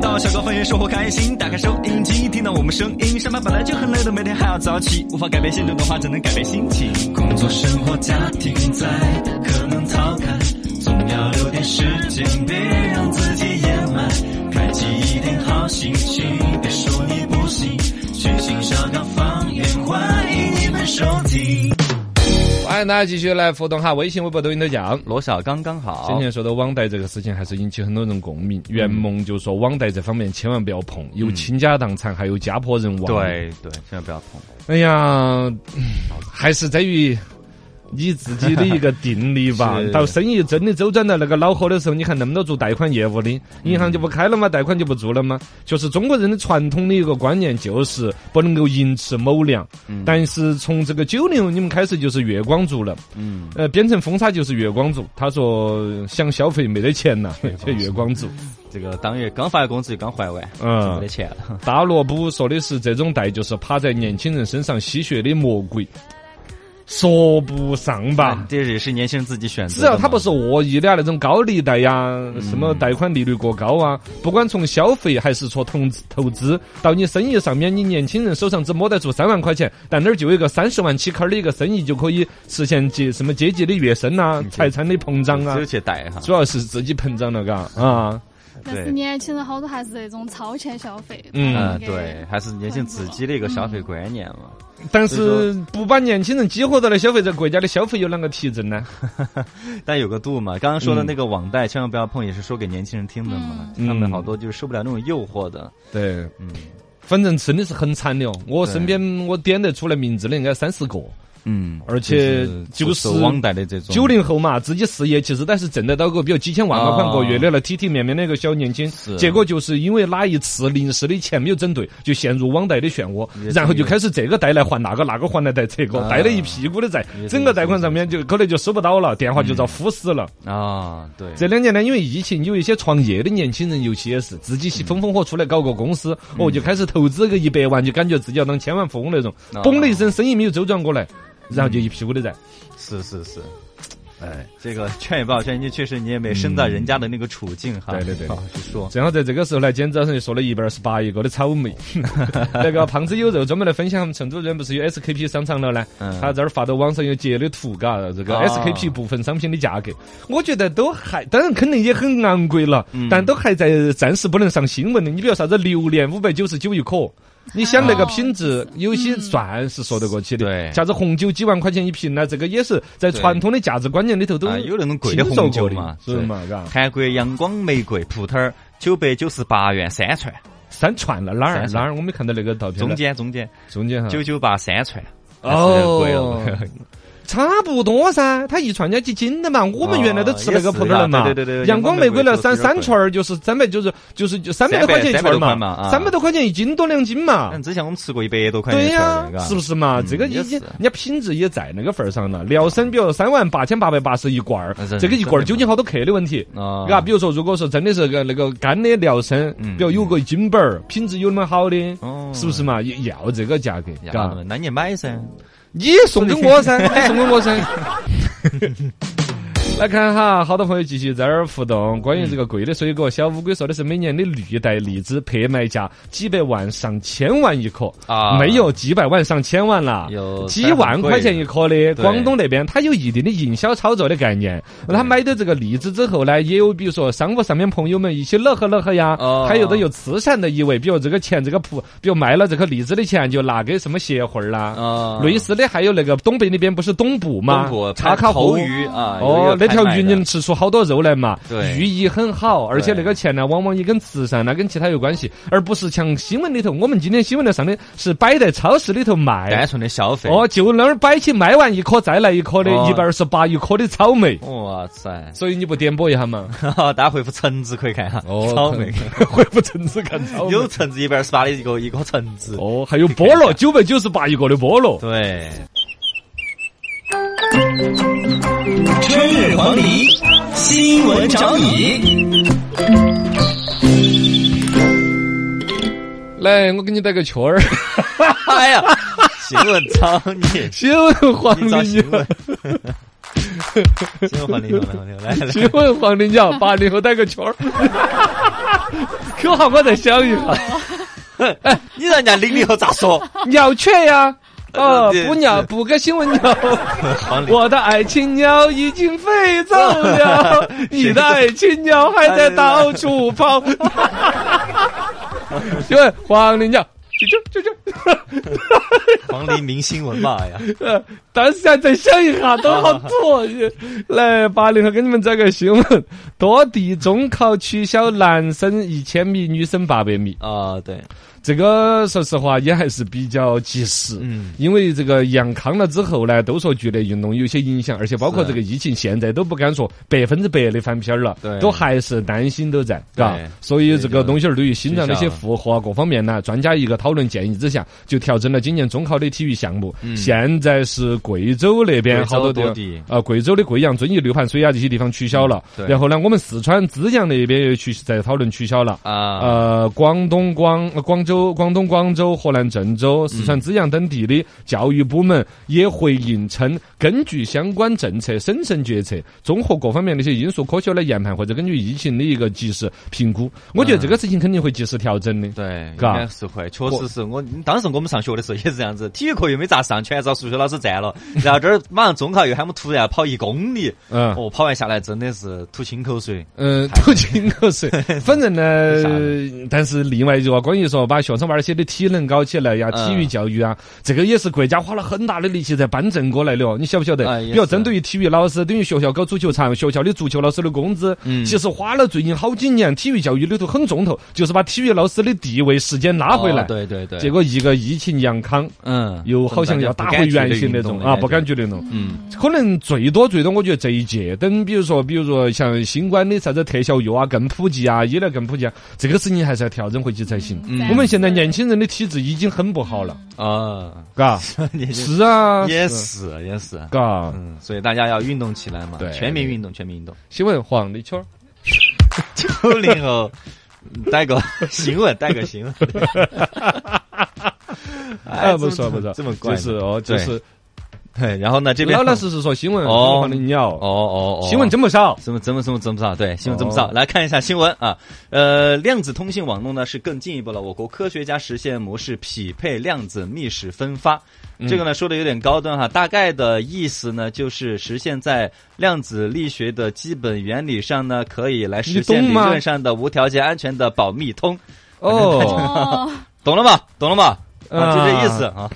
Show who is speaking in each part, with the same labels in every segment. Speaker 1: 到小高方言生活开心，打开收音机，听到我们声音。上班本来就很累的，每天还要早起，无法改变现状的话，只能改变心情。工作、生活、家庭在，可能逃开，总要留点时间，别让自己掩埋。开启一点好心情，别说你不行，全新小高方言，欢迎你们收听。
Speaker 2: 欢迎大家继续来互动哈，微信、微博、抖音都讲。
Speaker 1: 罗小刚刚好嗯
Speaker 2: 先前说到网贷这个事情，还是引起很多人共鸣。袁萌就说，网贷这方面千万不要碰，有倾家荡产，还有家破人亡。，
Speaker 1: 对对，千万不要碰。
Speaker 2: 哎呀，嗯还是在于你自己的一个定力 吧
Speaker 1: 是。
Speaker 2: 到生意真的周转到那个恼火的时候，你看那么多做贷款业务
Speaker 1: 嗯
Speaker 2: 的，银行就不开了吗？贷款就不做了吗？就是中国人的传统的一个观念，就是不能够寅吃卯粮。
Speaker 1: 嗯
Speaker 2: 但是从这个九零后你们开始就是月光族了，
Speaker 1: 嗯，
Speaker 2: 呃，变成风沙就是月光族。他说想消费没得钱呐，这 月光族。
Speaker 1: 这个当月刚发的工资就刚还完，就没
Speaker 2: 嗯
Speaker 1: 得，钱了。
Speaker 2: 大萝卜说的是这种贷就是趴在年轻人身上吸血的魔鬼，说不上
Speaker 3: 嗯
Speaker 2: 吧。
Speaker 1: 这也是年轻人自己选择的
Speaker 2: 只
Speaker 1: 嘛。
Speaker 2: 要他不是恶意的啊，那种高利贷呀、什么贷款利率过高啊，不管从消费还是说投资投资，到你生意上面，你年轻人手上只摸得住三万块钱，但那儿就有一个三十万起坎儿的一个生意，就可以实现阶什么阶级的跃升呐、啊财产的膨胀啊
Speaker 1: 只有，去贷哈，
Speaker 2: 主要是自己膨胀了，嘎啊，
Speaker 3: 但
Speaker 1: 对
Speaker 3: 是年轻人好多还是那种超前消费。
Speaker 2: 嗯
Speaker 3: 他
Speaker 1: 嗯，
Speaker 3: 们给
Speaker 1: 对，还是年轻自己的一个消费观念嘛。
Speaker 2: 但是不把年轻人激活到了消费者，国家的消费有啷个提振呢？
Speaker 1: 但有个度嘛，刚刚说的那个网贷千万不要碰，也是说给年轻人听的嘛。
Speaker 2: 嗯
Speaker 1: 他们好多就是受不了那种诱惑的，
Speaker 2: 对，
Speaker 1: 嗯
Speaker 2: 反正真的是很惨的哦。我
Speaker 1: 对
Speaker 2: 身边我点得出来名字的应该三四个，
Speaker 1: 嗯，
Speaker 2: 而且
Speaker 1: 就
Speaker 2: 就
Speaker 1: 是
Speaker 2: 是
Speaker 1: 网贷的这种
Speaker 2: 九零后嘛，自己事业其实但是挣得到个比如几千万把块过月的了，体体面面的一个小年轻
Speaker 1: 啊是，
Speaker 2: 结果就是因为哪一次临时的钱没有整对，就陷入网贷的漩涡
Speaker 1: 也，
Speaker 2: 然后就开始这个贷来还那个，那个还来贷这个，
Speaker 1: 啊
Speaker 2: 贷了一屁股的债
Speaker 1: 也，嗯
Speaker 2: 整个贷款上面就可能就收不到了，电话就遭敷死了。
Speaker 1: 啊，对，
Speaker 2: 这两年呢，因为疫情，有一些创业的年轻人，尤其也是自
Speaker 1: 嗯
Speaker 2: 己风风火出来搞个公司，哦，就开始投资个一百万，就感觉自己要当千万富翁那种
Speaker 1: 啊，
Speaker 2: 嘣的一声，生意没有周转过来，然后就一屁股的债。
Speaker 1: 是是是。哎，这个劝也不好劝，你确实你也没身到人家的那个处境哈。
Speaker 2: 嗯对对对
Speaker 1: 不好去说。
Speaker 2: 正好在这个时候呢，今天早上就说了一百二十八一个的 草莓，那个胖子有肉专门来分享，成都人不是有 SKP 商场了呢
Speaker 1: 嗯？
Speaker 2: 他这儿发到网上有截的图，嘎，这个
Speaker 1: 啊
Speaker 2: SKP 部分商品的价格，我觉得都还，当然肯定也很昂贵了，
Speaker 1: 嗯
Speaker 2: 但都还在暂时不能上新闻的。你比如啥子榴莲五百九十九一颗。你想那个品质，有些算是说得过去的。
Speaker 1: 对
Speaker 2: 啥子红酒几万块钱一瓶呢？这个也是在
Speaker 1: 对
Speaker 2: 传统的价值观念里头都
Speaker 1: 啊，有那种贵的
Speaker 2: 听说
Speaker 1: 红酒
Speaker 2: 过的
Speaker 1: 嘛，
Speaker 2: 是嘛？嘎，
Speaker 1: 韩国阳光玫瑰葡萄儿九百九十八元三串，
Speaker 2: 三串了哪儿
Speaker 1: 三串
Speaker 2: 哪儿？我没看到那个照片了。
Speaker 1: 中间中间
Speaker 2: 中间哈，
Speaker 1: 九九八三串，还是贵
Speaker 2: 嗯哦， 差不多噻，它一串要几斤的嘛。我们原来都吃那个葡萄了嘛，
Speaker 1: 哦也是啊对对对对
Speaker 2: 阳光玫瑰了，三
Speaker 1: 阳光玫
Speaker 2: 三
Speaker 1: 瑰
Speaker 2: 串儿就是三百，就是就是就三百多块钱一串儿
Speaker 1: 300多块嘛啊
Speaker 2: 三百多块钱一斤多两斤嘛
Speaker 1: 但。之嗯前我们吃过一百多块钱
Speaker 2: 对
Speaker 1: 一串
Speaker 2: 呀
Speaker 1: 儿的，
Speaker 2: 是不是嘛？
Speaker 1: 嗯
Speaker 2: 这个
Speaker 1: 也
Speaker 2: 已经
Speaker 1: 是
Speaker 2: 人家品质也在那个份儿上了。辽参，比如三万八千八百八十一罐儿
Speaker 1: 那啊真，
Speaker 2: 这个一罐儿究竟好多克的问题？
Speaker 1: 啊
Speaker 2: 啊，比如说，如果说真的是个那个干的辽参
Speaker 1: 嗯，
Speaker 2: 比如有个金本儿，品质有那么好的，
Speaker 1: 哦
Speaker 2: 是不是嘛？也要这个价格，嘎
Speaker 1: 呀，。那你买噻。
Speaker 2: 你送给我 噻，你送给我噻。来看哈，好多朋友继续在这儿互动。关于这个贵的水果，小乌龟说的是每年的绿带荔枝拍卖价几百万上千万一颗
Speaker 1: 啊
Speaker 2: 没有几百万上千万啦，
Speaker 1: 有
Speaker 2: 几万块钱一颗的。
Speaker 1: 对
Speaker 2: 广东那边它有一定的营销操作的概念。他买到这个荔枝之后呢，也有比如说商务上面朋友们一起乐呵乐呵呀，
Speaker 1: 哦
Speaker 2: 还有的有慈善的意味，比如这个钱这个铺，比如卖了这个荔枝的钱就拿给什么协会儿啦，
Speaker 1: 啊
Speaker 2: 类似的还有那个东北那边不是东部嘛
Speaker 1: 东部，
Speaker 2: 茶卡
Speaker 1: 头
Speaker 2: 湖。
Speaker 1: 鱼啊，
Speaker 2: 哦，
Speaker 1: 有一个
Speaker 2: 那条
Speaker 1: 拍卖
Speaker 2: 鱼
Speaker 1: 的
Speaker 2: 你能吃出好多肉来嘛？
Speaker 1: 对
Speaker 2: 寓意很好，而且那个钱呢，往往也跟慈善呢、跟其他有关系，而不是像新闻里头，我们今天新闻的上的是摆在超市里头
Speaker 1: 单
Speaker 2: 卖。
Speaker 1: 纯的消费。
Speaker 2: 哦，就那儿摆起卖完一颗再来一颗的，
Speaker 1: 哎哦
Speaker 2: 一百二十八一颗的草莓。
Speaker 1: 哇塞！
Speaker 2: 所以你不点播一下嘛？
Speaker 1: 大家回复橙子可以看哈，
Speaker 2: 哦
Speaker 1: 草莓
Speaker 2: 恢复橙子看草莓。
Speaker 1: 哦有橙子一百二十八的一个一个橙子，
Speaker 2: 哦，还有菠萝，九百九十八一个的菠萝。
Speaker 1: 对，
Speaker 4: 春日黄鹂，新闻找你。
Speaker 2: 来，我给你带个 圈儿，
Speaker 1: 哎呀， 新闻找你，
Speaker 2: 新闻黄
Speaker 1: 你找
Speaker 2: 鹂
Speaker 1: 新。 闻，新闻换领导，换领导来来，
Speaker 2: 新闻黄鹂鸟，八零后带个圈儿。口号我再想一 下。
Speaker 1: 你让人家零零后咋说？
Speaker 2: 鸟雀呀、哦，
Speaker 1: 呃对
Speaker 2: 捕鸟捕个新闻 鸟，
Speaker 1: 黄龄
Speaker 2: 我的爱情鸟已经飞 走了，你的爱情鸟还在到处 跑。请问黄龄鸟，啾啾啾啾，
Speaker 1: 黄龄明新闻嘛 哎呀，
Speaker 2: 呃， 但是再想一下，都好土。 来，八零后给你们找个新闻：多地中考取消男生一千米，女生八百米。
Speaker 1: 啊对，
Speaker 2: 这个说实话也还是比较及时，
Speaker 1: 嗯
Speaker 2: 因为这个阳康了之后呢，都说剧烈运动有些影响，而且包括这个疫情，现在都不敢说百分之百的翻篇儿了，
Speaker 1: 对
Speaker 2: 都还是担心都在，嘎
Speaker 1: 对。
Speaker 2: 所以这
Speaker 1: 所以就
Speaker 2: 个东西儿对于心脏的一
Speaker 1: 取
Speaker 2: 些
Speaker 1: 消了
Speaker 2: 负荷啊各方面呢，专家一个讨论建议之下，就调整了今年中考的体育项目。现在是贵州那边
Speaker 1: 嗯贵
Speaker 2: 好多
Speaker 1: 州多
Speaker 2: 地
Speaker 1: 地
Speaker 2: 方，呃，贵州的贵阳、遵义、六盘水啊这些地方取消了，
Speaker 1: 嗯对
Speaker 2: 然后呢，我们四川资阳那边也取在讨论取消了。
Speaker 1: 啊
Speaker 2: 呃，广东广呃广州、广东广州、河南郑州、四川资阳等地的教育部门也回应称，根据相关政策审慎决策，综合各方面的一些因素，科学来研判，或者根据疫情的一个及时评估。我觉得这个事情肯定会及时调整的。
Speaker 1: 对，应
Speaker 2: 嘎
Speaker 1: 该是会，确实是我当时我们上学的时候也是这样子，体育课又没咋上，全遭数学老师占了，然后这儿马上中考又喊我们突然跑一公里，
Speaker 2: 嗯
Speaker 1: 哦，跑完下来真的是吐清口水，
Speaker 2: 嗯，吐清口 水。反正呢
Speaker 1: 啥，
Speaker 2: 但是另外一个关于说把学生娃儿些的体能搞起来呀，
Speaker 1: 嗯
Speaker 2: 体育教育啊，这个也是国家花了很大的力气在扳正过来的哦。你晓不晓得？
Speaker 1: 啊也
Speaker 2: 比如
Speaker 1: 是
Speaker 2: 针对于体育老师，等于学校搞足球场，学校的足球老师的工资，
Speaker 1: 嗯
Speaker 2: 其实花了最近好几年体育教育里头很重头，就是把体育老师的地位、时间拉回来。
Speaker 1: 哦对对对，
Speaker 2: 结果一个疫情阳康，
Speaker 1: 嗯，
Speaker 2: 又好像要打回原形那种啊，不敢
Speaker 1: 觉，
Speaker 2: 去那种。
Speaker 1: 嗯，
Speaker 2: 可能最多最多，我觉得这一届，等比如说，比如说像新冠的啥子特效药啊，更普及啊，医疗更普及啊，这个事情还是要调整回去才行。
Speaker 1: 嗯
Speaker 2: 我们现在年轻人的体质已经很不好了，
Speaker 1: 啊，
Speaker 2: 嘎，
Speaker 1: 也是
Speaker 2: 是啊，
Speaker 1: 也
Speaker 2: 是，
Speaker 1: 是也是，
Speaker 2: 嘎。
Speaker 1: 嗯，所以大家要运动起来嘛，
Speaker 2: 对
Speaker 1: 全民运动，全民运动。
Speaker 2: 新闻黄的圈儿，
Speaker 1: 九零后，带 个新闻，带个新闻。哎
Speaker 2: 啊，不
Speaker 1: 怎么
Speaker 2: 错不错，
Speaker 1: 哎这么怪
Speaker 2: 就
Speaker 1: 呢，
Speaker 2: 是哦，就
Speaker 1: 对
Speaker 2: 是
Speaker 1: 对。 然后呢，这边
Speaker 2: 老老实实说新闻，
Speaker 1: 哦
Speaker 2: 黄的鸟
Speaker 1: 哦，哦哦，
Speaker 2: 新闻这么少，
Speaker 1: 怎么怎么怎么怎么少？对，新闻怎么
Speaker 2: 哦
Speaker 1: 少？来看一下新闻啊。呃，量子通信网络呢是更进一步了。我国科学家实现模式匹配量子密室分发，嗯
Speaker 2: 嗯
Speaker 1: 这个呢说的有点高端哈。大概的意思呢就是实现在量子力学的基本原理上呢，可以来实现
Speaker 2: 你
Speaker 1: 理
Speaker 2: 懂吗
Speaker 1: 论上的无条件安全的保密通。
Speaker 2: 哦，
Speaker 3: 哦，
Speaker 1: 懂了吗？懂了吗？
Speaker 2: 呃
Speaker 1: 啊，就这意 思啊。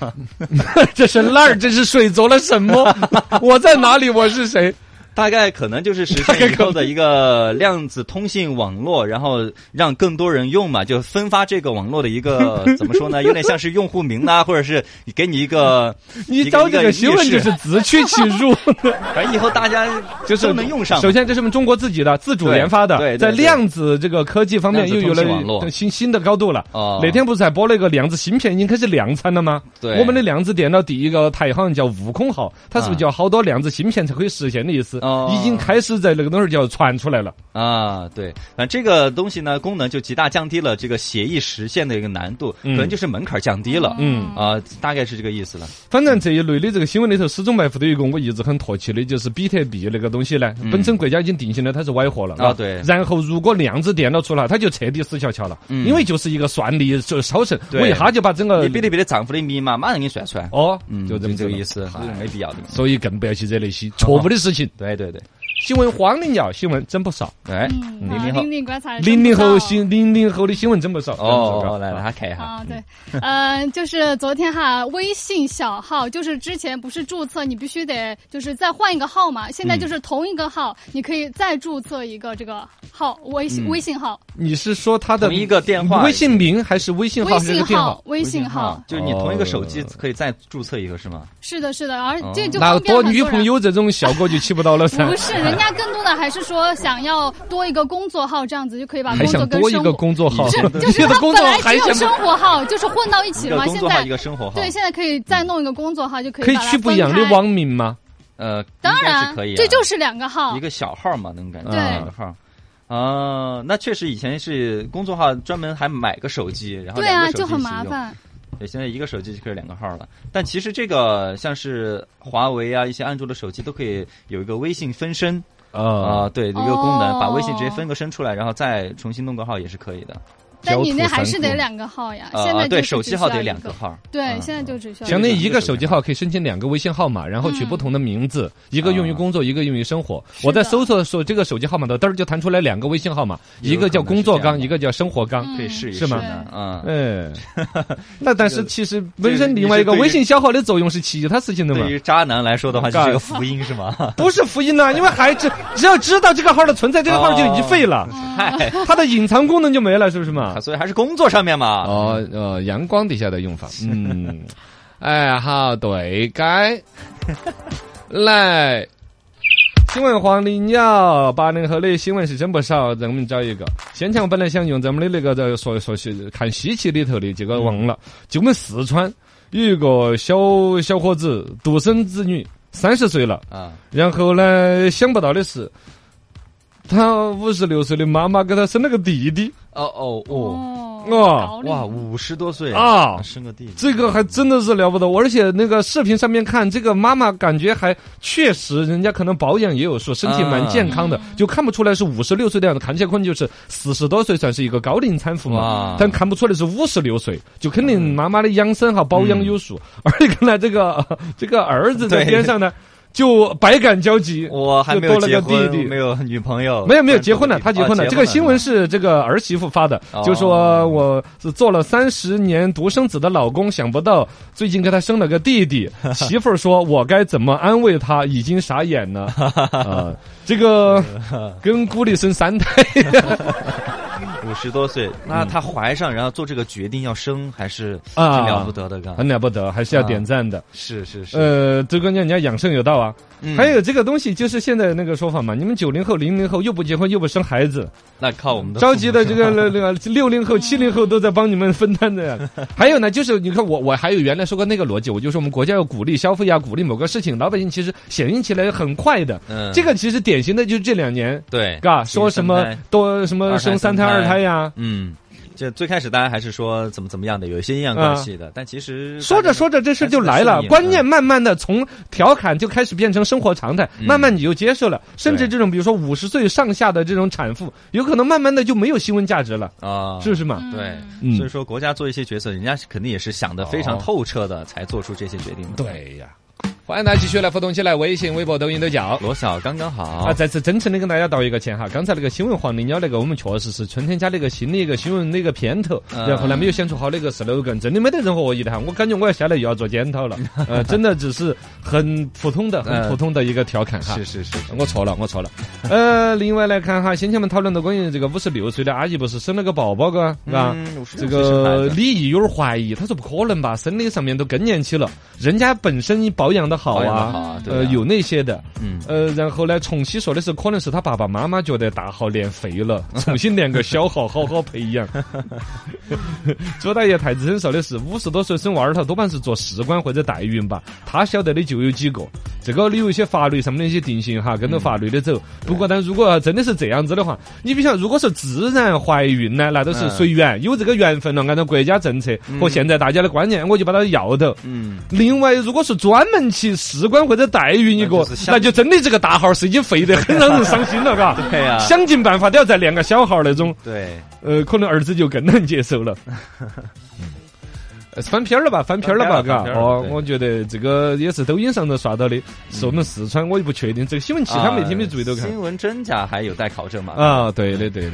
Speaker 2: 这是那儿，这是水做了什 么？我在哪里？我是谁？
Speaker 1: 大概可能就是实现以后的一个量子通信网络，然后让更多人用嘛，就分发这个网络的一 个怎么说呢？有点像是用户名啊，或者是给你一个，
Speaker 2: 你找这个新闻就是自取其辱。
Speaker 1: 反正以后大家
Speaker 2: 就是
Speaker 1: 都能用上嘛。
Speaker 2: 首先，这是我们中国自己的自主
Speaker 1: 对
Speaker 2: 研发的，
Speaker 1: 对对
Speaker 2: 在
Speaker 1: 对
Speaker 2: 量子这个科技方面
Speaker 1: 量子
Speaker 2: 又有
Speaker 1: 通信网
Speaker 2: 了
Speaker 1: 络
Speaker 2: 新新的高度了。
Speaker 1: 哦
Speaker 2: 哪天不是还播了一个量子芯片已经开始量产了吗？
Speaker 1: 对
Speaker 2: 我们的量子电脑第一个台好像叫悟空号，它是不是
Speaker 1: 啊
Speaker 2: 叫好多量子芯片才可以实现的意思？
Speaker 1: 哦
Speaker 2: 已经开始在那个东西儿就要传出来了。
Speaker 1: 啊，对，反正这个东西呢，功能就极大降低了这个协议实现的一个难度，
Speaker 2: 嗯
Speaker 1: 可能就是门槛降低了。
Speaker 2: 嗯
Speaker 1: 啊，大概是这个意思了。
Speaker 2: 反正这一类的这个新闻里头，始终埋伏的一个我一直很唾弃的，就是比特币那个东西呢，本身国家已经定性了它是崴货了
Speaker 1: 嗯啊对
Speaker 2: 然后如果量子电脑出来，它就彻底死翘翘了，
Speaker 1: 嗯
Speaker 2: 因为就是一个算力就超神，
Speaker 1: 对
Speaker 2: 我一下就把整个
Speaker 1: 你比特币的账户的密码马上给你算出来。
Speaker 2: 呃哦，
Speaker 1: 嗯，
Speaker 2: 就这么
Speaker 1: 这个
Speaker 2: 子了
Speaker 1: 意。思，啊没必要的。
Speaker 2: 所以更不要去惹那些 错误的事情。
Speaker 1: 对对对，
Speaker 2: 新闻荒的鸟，新闻真不少。
Speaker 1: 哎，
Speaker 3: 嗯，
Speaker 1: 零
Speaker 3: 啊
Speaker 1: 零后
Speaker 3: 零零观察得真
Speaker 2: 零零
Speaker 3: 不
Speaker 2: 后
Speaker 3: 到
Speaker 2: 新零零后的新闻真不少。真不
Speaker 1: 哦，
Speaker 2: 少
Speaker 1: 来来，，来看一下，
Speaker 3: 啊，对，嗯，就是昨天哈，微信小号就是之前不是注册，你必须得就是再换一个号嘛，现在
Speaker 1: 嗯
Speaker 3: 就是同一个号，你可以再注册一个这个号，微
Speaker 2: 嗯
Speaker 3: 信微信号，
Speaker 2: 你是说他的
Speaker 1: 同一个电话
Speaker 2: 微信名还是微信号
Speaker 3: 微
Speaker 2: 还是这
Speaker 3: 信
Speaker 2: 个电
Speaker 3: 号
Speaker 2: 话？，
Speaker 3: 微信号，
Speaker 1: 就是你同一个手机可以再注册一个是吗？
Speaker 3: 是的，是的，而
Speaker 1: 哦
Speaker 3: 这就
Speaker 2: 那
Speaker 3: 方便
Speaker 2: 多
Speaker 3: 了很
Speaker 2: 女
Speaker 3: 多
Speaker 2: 朋
Speaker 3: 人。
Speaker 2: 友这种效果就起不到 了噻
Speaker 3: 不。是，人家更多的还是说想要多一个工作号，这样子就可以把
Speaker 2: 哎还
Speaker 3: 工
Speaker 2: 想
Speaker 3: 作跟
Speaker 2: 多一
Speaker 3: 生
Speaker 2: 个
Speaker 3: 活。
Speaker 2: 工作号，
Speaker 3: 是， 就
Speaker 2: 你
Speaker 3: 是
Speaker 2: 的
Speaker 3: 他
Speaker 2: 工
Speaker 3: 本
Speaker 2: 作
Speaker 3: 来只
Speaker 2: 还
Speaker 3: 有
Speaker 2: 想
Speaker 3: 生活号，就是混到一
Speaker 1: 一
Speaker 3: 起
Speaker 1: 个
Speaker 3: 了嘛。
Speaker 1: 工
Speaker 3: 现
Speaker 1: 作号，
Speaker 3: 在
Speaker 1: 一个生活号，
Speaker 3: 对，现在可以再弄一个工作号，就可以
Speaker 2: 可以
Speaker 3: 把它
Speaker 2: 取不
Speaker 3: 分
Speaker 2: 一样的
Speaker 3: 开
Speaker 2: 网名吗？
Speaker 1: 呃，
Speaker 3: 当然
Speaker 1: 是可以，
Speaker 3: 这就是两个号
Speaker 1: 一。个小号嘛，能感觉
Speaker 2: 对
Speaker 1: 小号。啊，那确实以前是工作号专门还买个手机，然后
Speaker 3: 对
Speaker 1: 两
Speaker 3: 啊，
Speaker 1: 个手机
Speaker 3: 就
Speaker 1: 一起
Speaker 3: 很麻
Speaker 1: 用。
Speaker 3: 烦。
Speaker 1: 对，现在一个手机就可以两个号了。但其实这个像是华为啊，一些安卓的手机都可以有一个微信分身，啊、
Speaker 2: 啊，
Speaker 1: 对一个功能，把微信
Speaker 3: 哦
Speaker 1: 直接分个身出来，然后再重新弄个号也是可以的。
Speaker 3: 但你那
Speaker 2: 焦土
Speaker 3: 还是
Speaker 2: 三
Speaker 3: 得
Speaker 2: 顾
Speaker 3: 两个号呀，
Speaker 1: 啊
Speaker 3: 现在
Speaker 1: 啊，对
Speaker 3: 就是
Speaker 1: 手
Speaker 3: 只
Speaker 1: 机号
Speaker 3: 需要
Speaker 1: 得
Speaker 3: 一
Speaker 1: 两个号，
Speaker 3: 对，
Speaker 1: 嗯
Speaker 3: 现在就只需要一
Speaker 2: 相
Speaker 3: 个。
Speaker 2: 当于一个手机号可以申请两个微信号码，然后取不同的名字，一个用于工作，一个用于生活。
Speaker 3: 是的
Speaker 2: 我在搜索说这个手机号码的，嘚儿就弹出来两个微信号码，
Speaker 1: 有
Speaker 2: 一个叫工作
Speaker 1: 可能
Speaker 2: 纲，
Speaker 1: 是这样的
Speaker 2: 一个叫生活纲。
Speaker 1: 可以试一试
Speaker 2: 是吗
Speaker 1: 呢，嗯。
Speaker 2: 嗯，那但是其实本
Speaker 1: 这
Speaker 2: 身
Speaker 1: 个
Speaker 2: 另外一个
Speaker 1: 你是对于
Speaker 2: 微信消耗的作用是其他事情的嘛
Speaker 1: 对，于渣男来说的话，就
Speaker 2: 尬
Speaker 1: 是个福音是 吗？
Speaker 2: 不是福音呐、因为还只只要知道这个号的存在，这个号就已经废了，
Speaker 1: 嗨，
Speaker 2: 它的隐藏功能就没了，是不是嘛？
Speaker 1: 啊所以还是工作上面嘛。
Speaker 2: 哦，呃，阳光底下的用法，嗯，哎，好，对该来。新闻黄鹂鸟，八零后的新闻是真不少，咱们找一个。先前我本来想用咱们的那个在说说是看稀奇里头的，结果忘了。就我们四川有一个小小伙子，独生子女，三十岁了，
Speaker 1: 啊，
Speaker 2: 然后呢，想不到的是，他五十六岁的妈妈给他生了个弟弟
Speaker 1: 哦哦哦，
Speaker 3: 哦
Speaker 2: 哦
Speaker 3: 搞
Speaker 1: 哇，
Speaker 3: 你
Speaker 1: 五十多岁，
Speaker 2: 啊！
Speaker 1: 生个弟弟，
Speaker 2: 这个还真的是了不得，而且那个视频上面看，这个妈妈感觉还确实，人家可能保养也有说，身体蛮健康的，就看不出来是五十六岁的样子，看起来可能就是四十多岁算是一个高龄产妇嘛
Speaker 1: 哇，
Speaker 2: 但看不出来是五十六岁，就肯定妈妈的养生哈保养有数，而且看来这个 这个儿子在
Speaker 1: 对
Speaker 2: 边上呢，就百感交集。
Speaker 1: 我还没有
Speaker 2: 就多
Speaker 1: 结
Speaker 2: 了个
Speaker 1: 婚，
Speaker 2: 弟弟
Speaker 1: 没有女朋友，
Speaker 2: 没有没有结婚了，
Speaker 1: 但是
Speaker 2: 他结婚了。
Speaker 1: 哦
Speaker 2: 这个新闻是这个儿媳妇发的，
Speaker 1: 哦
Speaker 2: 就说我是做了三十年独生子的老公，想不到最近给他生了个弟 弟。媳妇儿说我该怎么安慰他，已经傻眼了。 啊，这个跟孤立生三胎，
Speaker 1: 五十多岁，那她怀上，然后做这个决定要生，还是挺
Speaker 2: 嗯啊
Speaker 1: 了不得的，嘎
Speaker 2: 很了不得，还是要点赞的。
Speaker 1: 是是是，
Speaker 2: 呃，最关键人家养生有道啊。
Speaker 1: 嗯
Speaker 2: 还有这个东西，就是现在那个说法嘛，你们九零后、零零后又不结婚又不生孩子，
Speaker 1: 那靠我们的
Speaker 2: 着急的这个那个六零 后、七零后都在帮你们分担着 呀。还有呢，就是你看我我还有原来说过那个逻辑，我就说我们国家要鼓励消费啊，鼓励某个事情，老百姓其实响应起来很快的。
Speaker 1: 嗯
Speaker 2: 这个其实典型的就是这两年，
Speaker 1: 对，
Speaker 2: 嘎，
Speaker 1: 其实
Speaker 2: 说什么
Speaker 1: 三胎
Speaker 2: 多什么生三胎、
Speaker 1: 二
Speaker 2: 二
Speaker 1: 胎
Speaker 2: 胎呀。
Speaker 1: 嗯，这最开始大家还是说怎么怎么样的，有一些阴阳怪气的，但其实
Speaker 2: 嗯说着说
Speaker 1: 着，
Speaker 2: 着，这事就来了
Speaker 1: 还。是
Speaker 2: 观念慢慢的从调侃就开始变成生活常态，
Speaker 1: 嗯
Speaker 2: 慢慢你就接受了。甚至
Speaker 1: 对
Speaker 2: 这种比如说五十岁上下的这种产妇，有可能慢慢的就没有新闻价值了，
Speaker 1: 啊，
Speaker 2: 是不是嘛？
Speaker 3: 嗯
Speaker 1: 对，
Speaker 2: 嗯
Speaker 1: 所以说国家做一些决策，人家肯定也是想的非常透彻的，才做出这些决定的。，
Speaker 2: 对呀，欢迎大家继续来互动起来，微信、微博、抖音都叫。
Speaker 1: 罗小刚刚好
Speaker 2: 啊，，再次真诚的跟大家道一个歉哈，刚才那个新闻黄鹂鸟那个，我们确实是春天加了一个新的一个新闻那个片头，
Speaker 1: 嗯
Speaker 2: 然后呢没有想出好的一个 slogan，真的没得任何恶意的哈，我感觉我要下来又要做检讨了，呃，真的只是很普通的、很
Speaker 1: 嗯
Speaker 2: 普通的一个调侃哈。
Speaker 1: 是是是，
Speaker 2: 我错了，我错了。呃，另外来看哈，先前我们讨论到关于这个五十六岁的阿姨不是生了个宝宝嘎，是吧？
Speaker 1: 嗯56岁
Speaker 2: 这
Speaker 1: 生孩
Speaker 2: 个
Speaker 1: 子
Speaker 2: 李毅有点怀疑，他说不可能吧，生理上面都更年期了，人家本身保养的好
Speaker 1: 保养得
Speaker 2: 啊，
Speaker 1: 好啊，对
Speaker 2: 呃，
Speaker 1: 啊
Speaker 2: 有那些的。
Speaker 1: 嗯。
Speaker 2: 呃，然后呢，重新说的是，可能是他爸爸妈妈觉得大号练废了， 重新练个小号，好好培 养。朱大爷太子生说的是，五十多岁生娃儿头，多半是做士官或者代孕吧，他晓得的就有几个。这个有一些法律上面的一些定性哈，跟着法律的走。不过，但如果真的是这样子的话，你比如像如果是自然怀孕呢，那都是
Speaker 1: 嗯
Speaker 2: 随缘，有这个缘分了，按照国家政策和现在大家的观念，我就把它要到。
Speaker 1: 嗯，
Speaker 2: 另外，如果是专门去士官或者代孕一
Speaker 1: 那
Speaker 2: 个
Speaker 1: 就是，像
Speaker 2: 那就真的这个大号是已经废得很让人伤心了，嘎。
Speaker 1: 对呀
Speaker 2: 想尽办法都要再练个小号那种，
Speaker 1: 对，
Speaker 2: 呃，可能儿子就更难接受 了。嗯呃翻篇儿了吧，翻篇儿了吧，
Speaker 1: 翻篇
Speaker 2: 嘎
Speaker 1: 儿了翻篇。儿了
Speaker 2: 哦，
Speaker 1: 对
Speaker 2: 我觉得这个也是抖音上头刷到的，是我们四川，我也不确定这个新闻，其他媒体没注意到看
Speaker 1: 啊。新闻真假还有待考证嘛？
Speaker 2: 啊，对的，对的。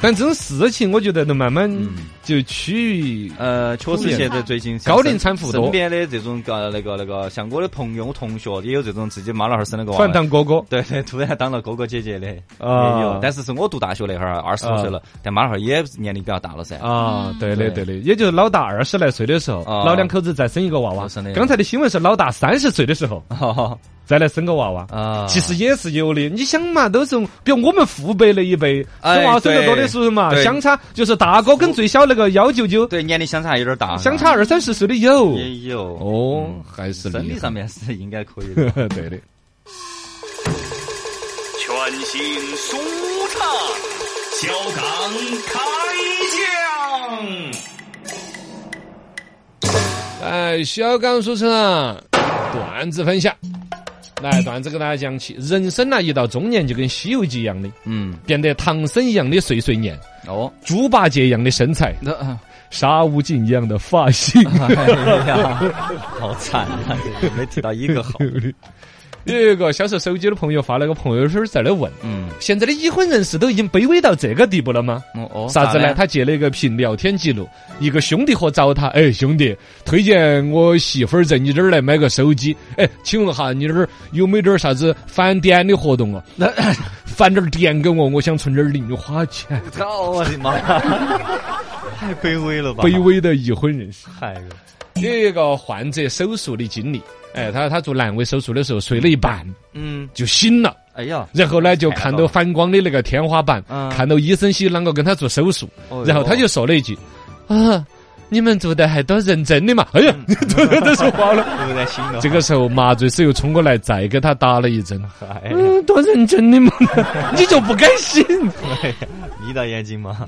Speaker 2: 但这种事情，我觉得能慢慢
Speaker 1: 嗯
Speaker 2: 就趋于
Speaker 1: 呃，确实现在最近
Speaker 2: 高龄产妇多
Speaker 1: 身边的这种个那个那个，像我的朋友同学也有这种自己妈老汉儿生了个娃
Speaker 2: 反
Speaker 1: 娃，
Speaker 2: 当哥哥。
Speaker 1: 对对，突然当了哥哥姐姐的
Speaker 2: 啊
Speaker 1: 也有，但是是我读大学那会儿二十多岁了，但妈老汉儿也年龄比较大 了噻。
Speaker 2: 啊，对的，对
Speaker 1: 嗯对
Speaker 2: 的，也就是老大二十来岁的时候，
Speaker 1: 啊
Speaker 2: 老两口子再生一个娃娃
Speaker 1: 就生了。一个
Speaker 2: 刚才的新闻是老大三十岁的时候
Speaker 1: 哦
Speaker 2: 再来生个娃娃。
Speaker 1: 啊，
Speaker 2: 其实也是有的，你想嘛，都是比如我们父辈那一辈，
Speaker 1: 哎
Speaker 2: 生娃生的多的是不是嘛？
Speaker 1: 对对
Speaker 2: 相差就是大哥跟最小那个幺舅舅，
Speaker 1: 对年龄相差有点大，
Speaker 2: 相差二三十岁的有。
Speaker 1: 也有
Speaker 2: 哦
Speaker 1: 嗯，
Speaker 2: 还是
Speaker 1: 生
Speaker 2: 厉
Speaker 1: 理
Speaker 2: 害
Speaker 1: 上面是应该可以的。
Speaker 2: 对的。
Speaker 4: 全新舒畅，小港开讲。
Speaker 2: 啊哎，小刚说唱，段子分享。来，段子给大家讲起，人生呢一到中年就跟《西游记》一样的，
Speaker 1: 嗯，
Speaker 2: 变得唐僧一样的碎碎念，
Speaker 1: 哦，
Speaker 2: 猪八戒一样的身材，
Speaker 1: 那、啊
Speaker 2: 沙悟净一样的发型。
Speaker 1: 哎呀，好惨啊！这个没提到一 个好，
Speaker 2: 有一个销售手机的朋友发了个朋友圈，在那问。
Speaker 1: 嗯，
Speaker 2: 现在的已婚人士都已经卑微到这个地步了吗？
Speaker 1: 哦哦，
Speaker 2: 啥子呢？
Speaker 1: 嘞？
Speaker 2: 他截了一个屏聊天记录，一个兄弟伙找他，哎，兄弟，推荐我媳妇儿在你这儿来买个手机。哎，请问哈，你这儿有没点儿啥子返点的 活动啊？那返点儿点给我，我想存点儿零花钱。
Speaker 1: 操我的妈！太卑微了吧？
Speaker 2: 卑，微的已婚人士。
Speaker 1: 太了
Speaker 2: 有一个患者手术的经历，哎，他他做阑尾手术的时候睡了一半
Speaker 1: 嗯，
Speaker 2: 就醒了。
Speaker 1: 哎哦呀，
Speaker 2: 然后呢，就看到反光的那个天花板，
Speaker 1: 嗯
Speaker 2: 看到医生些啷个跟他做手术，
Speaker 1: 哦哟
Speaker 2: 然后他就说了一句：“啊，你们做的还多认真的嘛！”哎呀， 都都说话了。
Speaker 1: 嗯又在心了
Speaker 2: 这个时候麻醉师又冲过来，再给他打了一针。
Speaker 1: 哎呀，
Speaker 2: 嗯，多认真的嘛， 你就不甘心。
Speaker 1: 眯到眼睛吗？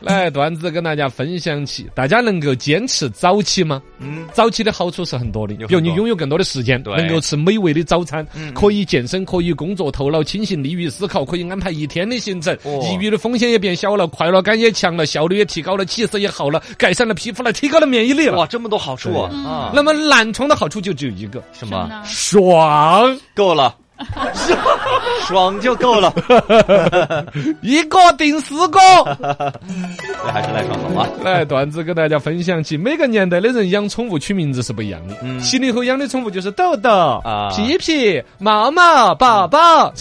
Speaker 2: 来，段子跟大家分享起，大家能够坚持早起吗？
Speaker 1: 嗯，
Speaker 2: 早起的好处是很多的，
Speaker 1: 有很
Speaker 2: 比如你
Speaker 1: 多
Speaker 2: 拥有更多的时间，
Speaker 1: 对
Speaker 2: 能够吃美味的早餐
Speaker 1: 嗯，
Speaker 2: 可以健身，可以工作，头脑清醒，利于思考，可以安排一天的行程，
Speaker 1: 哦
Speaker 2: 抑郁的风险也变小了，快乐感也强了，效率也提高了，气色也好了，改善了皮肤了，提高了免疫力了
Speaker 1: 哇，。这么多好处啊！
Speaker 3: 对
Speaker 1: 啊
Speaker 2: 那么懒床的好处就只有一个，
Speaker 1: 什
Speaker 3: 嗯真
Speaker 1: 么
Speaker 3: 的？
Speaker 2: 爽，
Speaker 1: 够 了，爽就够了，
Speaker 2: 一个顶十个。
Speaker 1: 这还是赖床好吗？
Speaker 2: 来，段子跟大家分享起，每个年代的人养宠物取名字是不一样的。
Speaker 1: 嗯
Speaker 2: 七零后养的宠物就是豆豆、
Speaker 1: 啊
Speaker 2: 皮皮、毛毛、宝宝。
Speaker 1: 啊，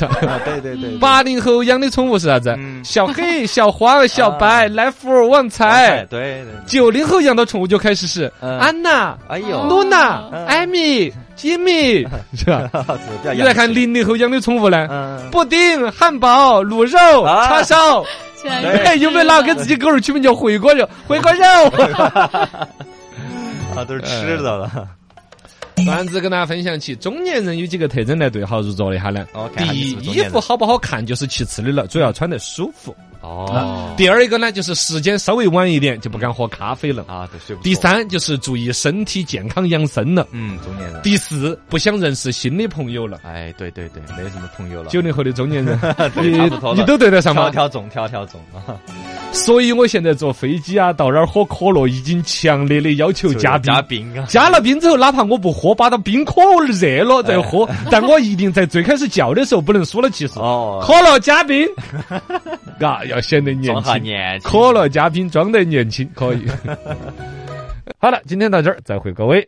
Speaker 1: 对对对，
Speaker 2: 八零后养的宠物是啥子？
Speaker 1: 嗯啊
Speaker 2: 小黑、小黄、小白、来福、旺
Speaker 1: 哎，
Speaker 2: 财。
Speaker 1: 对对，对
Speaker 2: 九零后养的宠物就开始是
Speaker 1: 嗯
Speaker 2: 安娜、
Speaker 1: 哎
Speaker 3: 哦
Speaker 1: 呦，
Speaker 2: 露娜
Speaker 1: 嗯、
Speaker 2: 艾米、吉米，是吧？
Speaker 1: 不要
Speaker 2: 你
Speaker 1: 养
Speaker 2: 再看零零后养的宠物呢？
Speaker 1: 嗯，
Speaker 2: 布丁、汉堡、卤肉、
Speaker 1: 啊
Speaker 2: 叉烧，
Speaker 3: 现在
Speaker 1: 对
Speaker 2: 哎，有没有哪个给自己狗儿取名叫回锅肉？回锅肉。
Speaker 1: 啊，都是吃的了。
Speaker 2: 段子跟大家分享起，中年人有几个特征来对号入座一下呢
Speaker 1: 哦？看下
Speaker 2: 第
Speaker 1: 你是
Speaker 2: 一
Speaker 1: 不，是中
Speaker 2: 衣
Speaker 1: 年人
Speaker 2: 服好不好看就是其次的了，主要穿得舒服。
Speaker 1: 哦，
Speaker 2: 第二一个呢，就是时间稍微晚一点就不敢喝咖啡了。
Speaker 1: 啊，对，睡不着
Speaker 2: 第，三就是注意身体健康养生了。
Speaker 1: 嗯，中年人，
Speaker 2: 第四不想认识新的朋友了。
Speaker 1: 哎，对对对，没什么朋友了，
Speaker 2: 九零后的中年 人，
Speaker 1: 对差不多
Speaker 2: 你
Speaker 1: 了
Speaker 2: 你都对得上
Speaker 1: 条
Speaker 2: 吗？
Speaker 1: 条总，条条总啊，
Speaker 2: 所以我现在坐飞机啊，到那儿喝可乐，已经强烈的要 求加冰
Speaker 1: 嘉。宾啊，
Speaker 2: 加了冰之后，哪怕我不喝，把它冰可热了再喝，但我一定在最开始叫的时候不能输了气势。
Speaker 1: 哦，
Speaker 2: 可乐加冰，啊，要显得年
Speaker 1: 装下
Speaker 2: 轻。
Speaker 1: 年轻，
Speaker 2: 可乐嘉宾装得年轻，可以。好了，今天到这儿，再会各位。